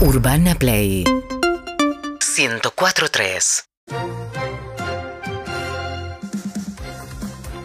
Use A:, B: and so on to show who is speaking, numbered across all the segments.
A: Urbana Play 104.3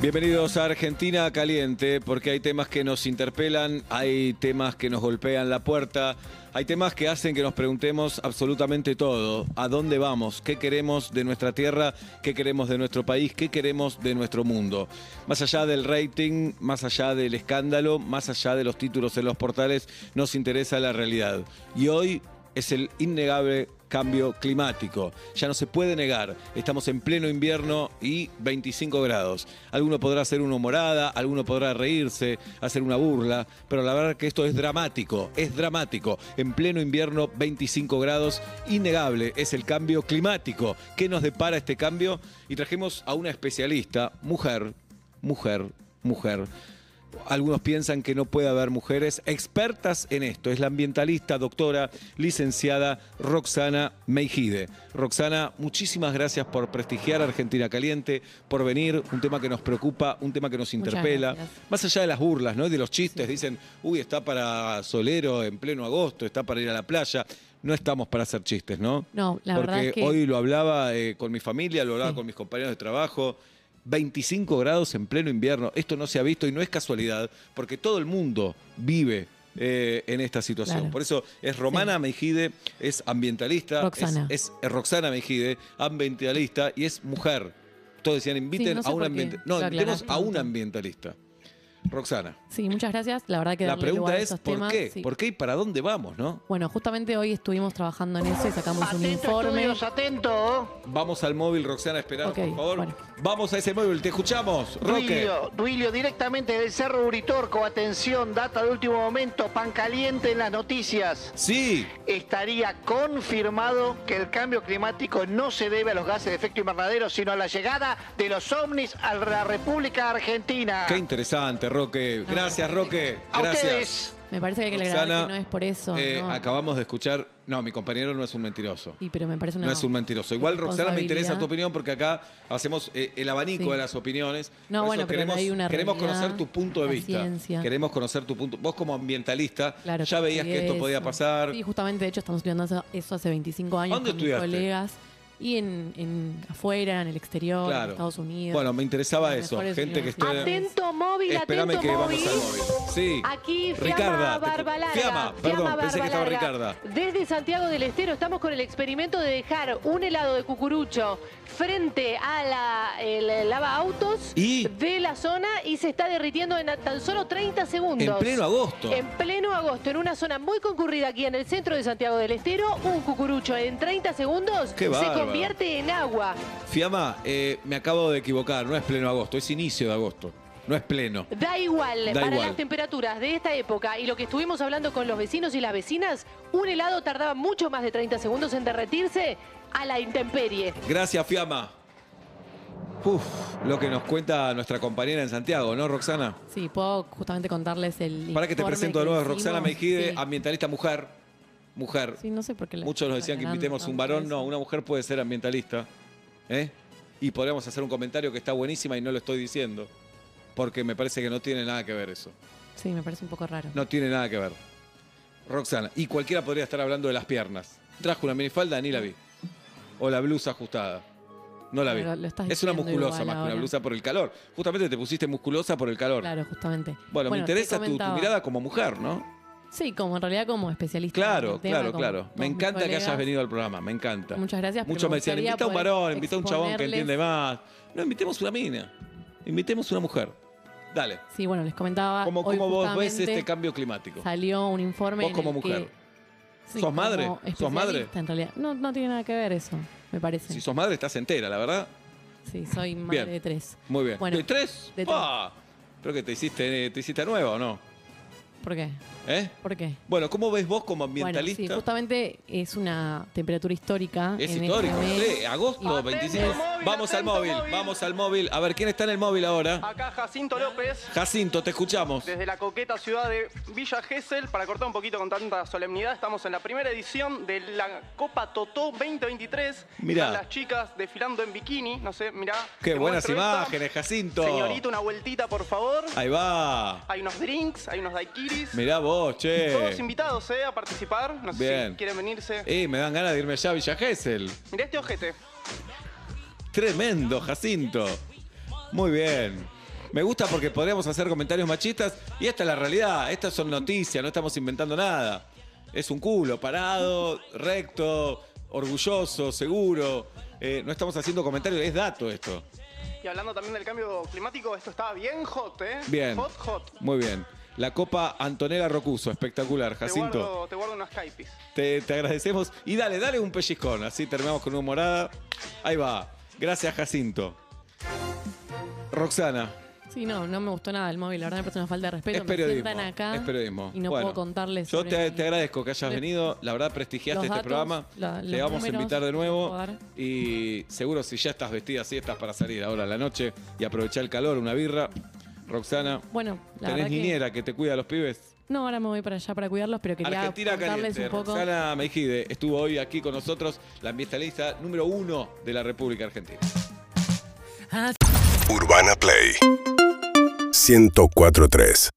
B: Bienvenidos a Argentina Caliente, porque hay temas que nos interpelan, hay temas que nos golpean la puerta, hay temas que hacen que nos preguntemos absolutamente todo, a dónde vamos, qué queremos de nuestra tierra, qué queremos de nuestro país, qué queremos de nuestro mundo. Más allá del rating, más allá del escándalo, más allá de los títulos en los portales, nos interesa la realidad. Y hoy es el innegable cambio climático. Ya no se puede negar. Estamos en pleno invierno y 25 grados. Alguno podrá hacer una morada, alguno podrá reírse, hacer una burla, pero la verdad que esto es dramático, es dramático. En pleno invierno, 25 grados, innegable es el cambio climático. ¿Qué nos depara este cambio? Y trajimos a una especialista, mujer, mujer, mujer. Algunos piensan que no puede haber mujeres expertas en esto. Es la ambientalista, doctora, licenciada Roxana Meijide. Roxana, muchísimas gracias por prestigiar Argentina Caliente, por venir, un tema que nos preocupa, un tema que nos interpela. Más allá de las burlas, ¿no? De los chistes, dicen, uy, está para Solero en pleno agosto, está para ir a la playa. No estamos para hacer chistes, ¿no?
C: No, la
B: Porque
C: verdad es que
B: hoy lo hablaba eh, con mi familia, lo hablaba
C: Sí.
B: con mis compañeros de trabajo. 25 grados en pleno invierno. Esto no se ha visto y no es casualidad, porque todo el mundo vive eh, en esta situación.
C: Claro.
B: Por eso es Romana Mejide, es ambientalista,
C: Roxana.
B: Es, es Roxana Mejide, ambientalista y es mujer. Todos decían, inviten
C: no sé
B: a un
C: por qué
B: ambientalista. No,
C: lo
B: invitemos
C: aclaraste
B: a un
C: tanto.
B: ambientalista. Roxana,
C: sí, muchas gracias. La verdad que
B: la
C: darle lugar
B: pregunta
C: a
B: es
C: esos
B: ¿por
C: temas,
B: qué?
C: sí.
B: ¿Por qué y para dónde vamos, no?
C: Bueno, justamente hoy estuvimos trabajando en eso y sacamos un
D: Atento,
C: informe.
D: estudios, atento.
B: Vamos al móvil, Roxana, esperamos,
C: Ok,
B: por favor.
C: bueno.
B: Vamos a ese móvil, te escuchamos, Roque.
D: Duilio, Duilio, directamente del Cerro Uritorco. Atención, data de último momento, pan caliente en las noticias.
B: Sí,
D: Estaría confirmado que el cambio climático no se debe a los gases de efecto invernadero, sino a la llegada de los ovnis a la República Argentina.
B: qué interesante, Roque.
C: Ah,
B: Gracias, Roque.
D: a
B: Gracias.
D: ustedes.
C: Me parece que hay que aclarar
B: Roxana,
C: que no es por eso.
B: eh,
C: no.
B: Acabamos de escuchar. No, mi compañero no es un mentiroso.
C: Sí, pero me parece una
B: No es un mentiroso. Igual, Roxana, me interesa tu
C: responsabilidad.
B: opinión porque acá hacemos eh, el abanico
C: Sí.
B: de las opiniones. Por eso
C: No, bueno, pero
B: queremos,
C: hay una
B: queremos
C: realidad,
B: conocer tu punto de
C: la
B: vista.
C: ciencia.
B: Queremos conocer tu punto. Vos, como ambientalista,
C: Claro,
B: ya veías que esto
C: eso.
B: podía pasar.
C: Sí, justamente, de hecho, estamos estudiando eso- eso hace 25 años
B: ¿Dónde
C: con mis
B: estudiaste?
C: colegas. Y en, en afuera, en el exterior, en
B: Claro.
C: Estados Unidos.
B: Bueno, me interesaba
C: Las
B: eso.
C: mejores
B: Gente que
C: opiniones.
B: esté.
E: Atento móvil,
B: Espérame
E: atento
B: que
E: móvil.
B: vamos al móvil. Sí.
E: Aquí Fiamma
B: Ricarda, te-
E: Barbalarga.
B: Fiamma, perdón,
E: Fiamma
B: pensé que estaba
E: Barbalarga. Desde Santiago del Estero estamos con el experimento de dejar un helado de cucurucho frente a la el lava autos
B: ¿Y?
E: de la zona y se está derritiendo en tan solo 30 segundos.
B: En pleno agosto.
E: En pleno agosto, en una zona muy concurrida aquí en el centro de Santiago del Estero, un cucurucho en 30 segundos
B: Qué
E: se
B: bárbaro.
E: convierte en agua.
B: Fiamma, eh, me acabo de equivocar, no es pleno agosto, es inicio de agosto, no es pleno.
E: Da igual,
B: Da
E: para
B: igual.
E: las temperaturas de esta época y lo que estuvimos hablando con los vecinos y las vecinas, un helado tardaba mucho más de 30 segundos en derretirse a la intemperie.
B: Gracias, Fiamma. Uf, lo que nos cuenta nuestra compañera en Santiago, ¿no, Roxana?
C: Sí, puedo justamente contarles el.
B: Para que te
C: informe
B: presento de nuevo, es
C: hicimos.
B: Roxana Mejide,
C: Sí.
B: ambientalista mujer. Mujer.
C: Sí, no sé por qué le-
B: Muchos nos decían que
C: aclarando
B: invitemos un
C: tanto
B: varón,
C: eso.
B: no, una mujer puede ser ambientalista. ¿eh? Y podríamos hacer un comentario que está buenísima y no lo estoy diciendo, porque me parece que no tiene nada que ver eso.
C: Sí, me parece un poco raro.
B: No tiene nada que ver. Roxana, y cualquiera podría estar hablando de las piernas. Trajo una minifalda, ni la vi. O la blusa ajustada. No la vi.
C: Pero lo estás
B: Es una
C: diciendo
B: musculosa
C: igual
B: más que una
C: ahora.
B: blusa por el calor. Justamente te pusiste musculosa por el calor.
C: Claro, justamente.
B: Bueno, me
C: te
B: interesa tu- tu,
C: comentaba.
B: mirada como mujer, ¿no?
C: Sí, como en realidad como especialista. en
B: Claro,
C: el tema,
B: claro,
C: como
B: claro.
C: todos
B: Me
C: mis
B: encanta que
C: colegas.
B: hayas venido al programa, me encanta.
C: Muchas gracias, pero
B: Muchos
C: me
B: me decían,
C: gustaría
B: invita a un
C: poder
B: varón, invita a un chabón que
C: exponerles-
B: entiende más. No, invitemos una mina. Invitemos una mujer. Dale.
C: Sí, bueno, les comentaba.
B: ¿Cómo,
C: Ah, hoy
B: cómo vos ves
C: justamente
B: este cambio climático?
C: Salió un informe.
B: Vos
C: en
B: como
C: el que-
B: mujer.
C: Sí,
B: ¿Sos madre?
C: como
B: ¿Sos madre?
C: especialista, En realidad. No, no tiene nada que ver eso, me parece.
B: Si sos madre, estás entera, la verdad.
C: Sí, soy madre
B: Bien.
C: de tres.
B: Muy bien.
C: Bueno,
B: ¿De tres?
C: de
B: ¡Pah! Creo que te hiciste, eh, te hiciste nueva, ¿o no?
C: ¿Por qué?
B: ¿Eh?
C: ¿Por qué?
B: Bueno, ¿cómo ves vos como
C: Bueno,
B: ambientalista?
C: sí, justamente es una temperatura histórica.
B: es
C: en
B: histórico,
C: este mes.
B: sí, agosto
D: Atento
B: 25.
D: móvil,
B: vamos al
D: atento
B: móvil,
D: móvil. Ah.
B: vamos al móvil. A ver, ¿quién está en el móvil ahora?
F: Acá Jacinto López,
B: Jacinto, te escuchamos.
F: desde la coqueta ciudad de Villa Gesell, para cortar un poquito con tanta solemnidad, estamos en la primera edición de la Copa Totó 2023.
B: Mirá.
F: Están las chicas desfilando en bikini, no sé, mirá.
B: Qué
F: te
B: buenas
F: muestro esto.
B: imágenes, Jacinto.
F: Señorita, una vueltita, por favor.
B: Ahí va.
F: Hay unos drinks, hay unos daiquiris, Iris.
B: Mirá vos, che.
F: Todos invitados, ¿eh? A participar. No sé
B: Bien.
F: si quieren venirse.
B: Eh, me dan ganas de irme ya a Villa Gesell.
F: Mirá este ojete.
B: Tremendo, Jacinto. Muy bien. Me gusta porque podríamos hacer comentarios machistas y esta es la realidad. Estas son noticias, no estamos inventando nada. Es un culo, parado, recto, orgulloso, seguro. Eh, no estamos haciendo comentarios, es dato esto.
F: Y hablando también del cambio climático, esto estaba bien hot, ¿eh?
B: Bien.
F: Hot, hot.
B: Muy bien. La Copa Antonella Rocuso, espectacular,
F: Te
B: Jacinto.
F: guardo, te guardo unos caipis.
B: Te, te agradecemos y dale, dale un pellizcón, así terminamos con una morada. Ahí va. Gracias, Jacinto. Roxana.
C: Sí, no, no me gustó nada el móvil. La verdad me parece una falta de respeto.
B: es periodismo.
C: me sientan acá
B: es periodismo.
C: y no
B: Bueno,
C: puedo contarles.
B: Yo
C: sobre
B: te,
C: mi-
B: te agradezco que hayas
C: sobre-
B: venido. La verdad,
C: los
B: prestigiaste este
C: datos,
B: programa.
C: la-
B: te
C: los
B: vamos a
C: números
B: invitar de
C: que
B: nuevo.
C: puedo dar.
B: Y seguro, si ya estás vestida así, estás para salir ahora a la noche y aprovechar el calor, una birra. Roxana,
C: Bueno, la
B: ¿tenés
C: verdad
B: niñera que... te cuida a los pibes?
C: que... No, ahora me voy para allá para cuidarlos, pero quería
B: Argentina
C: contarles
B: Caliente.
C: un poco...
B: Roxana Meijide estuvo hoy aquí con nosotros, la ambientalista número uno de la República Argentina.
A: Urbana Play 1043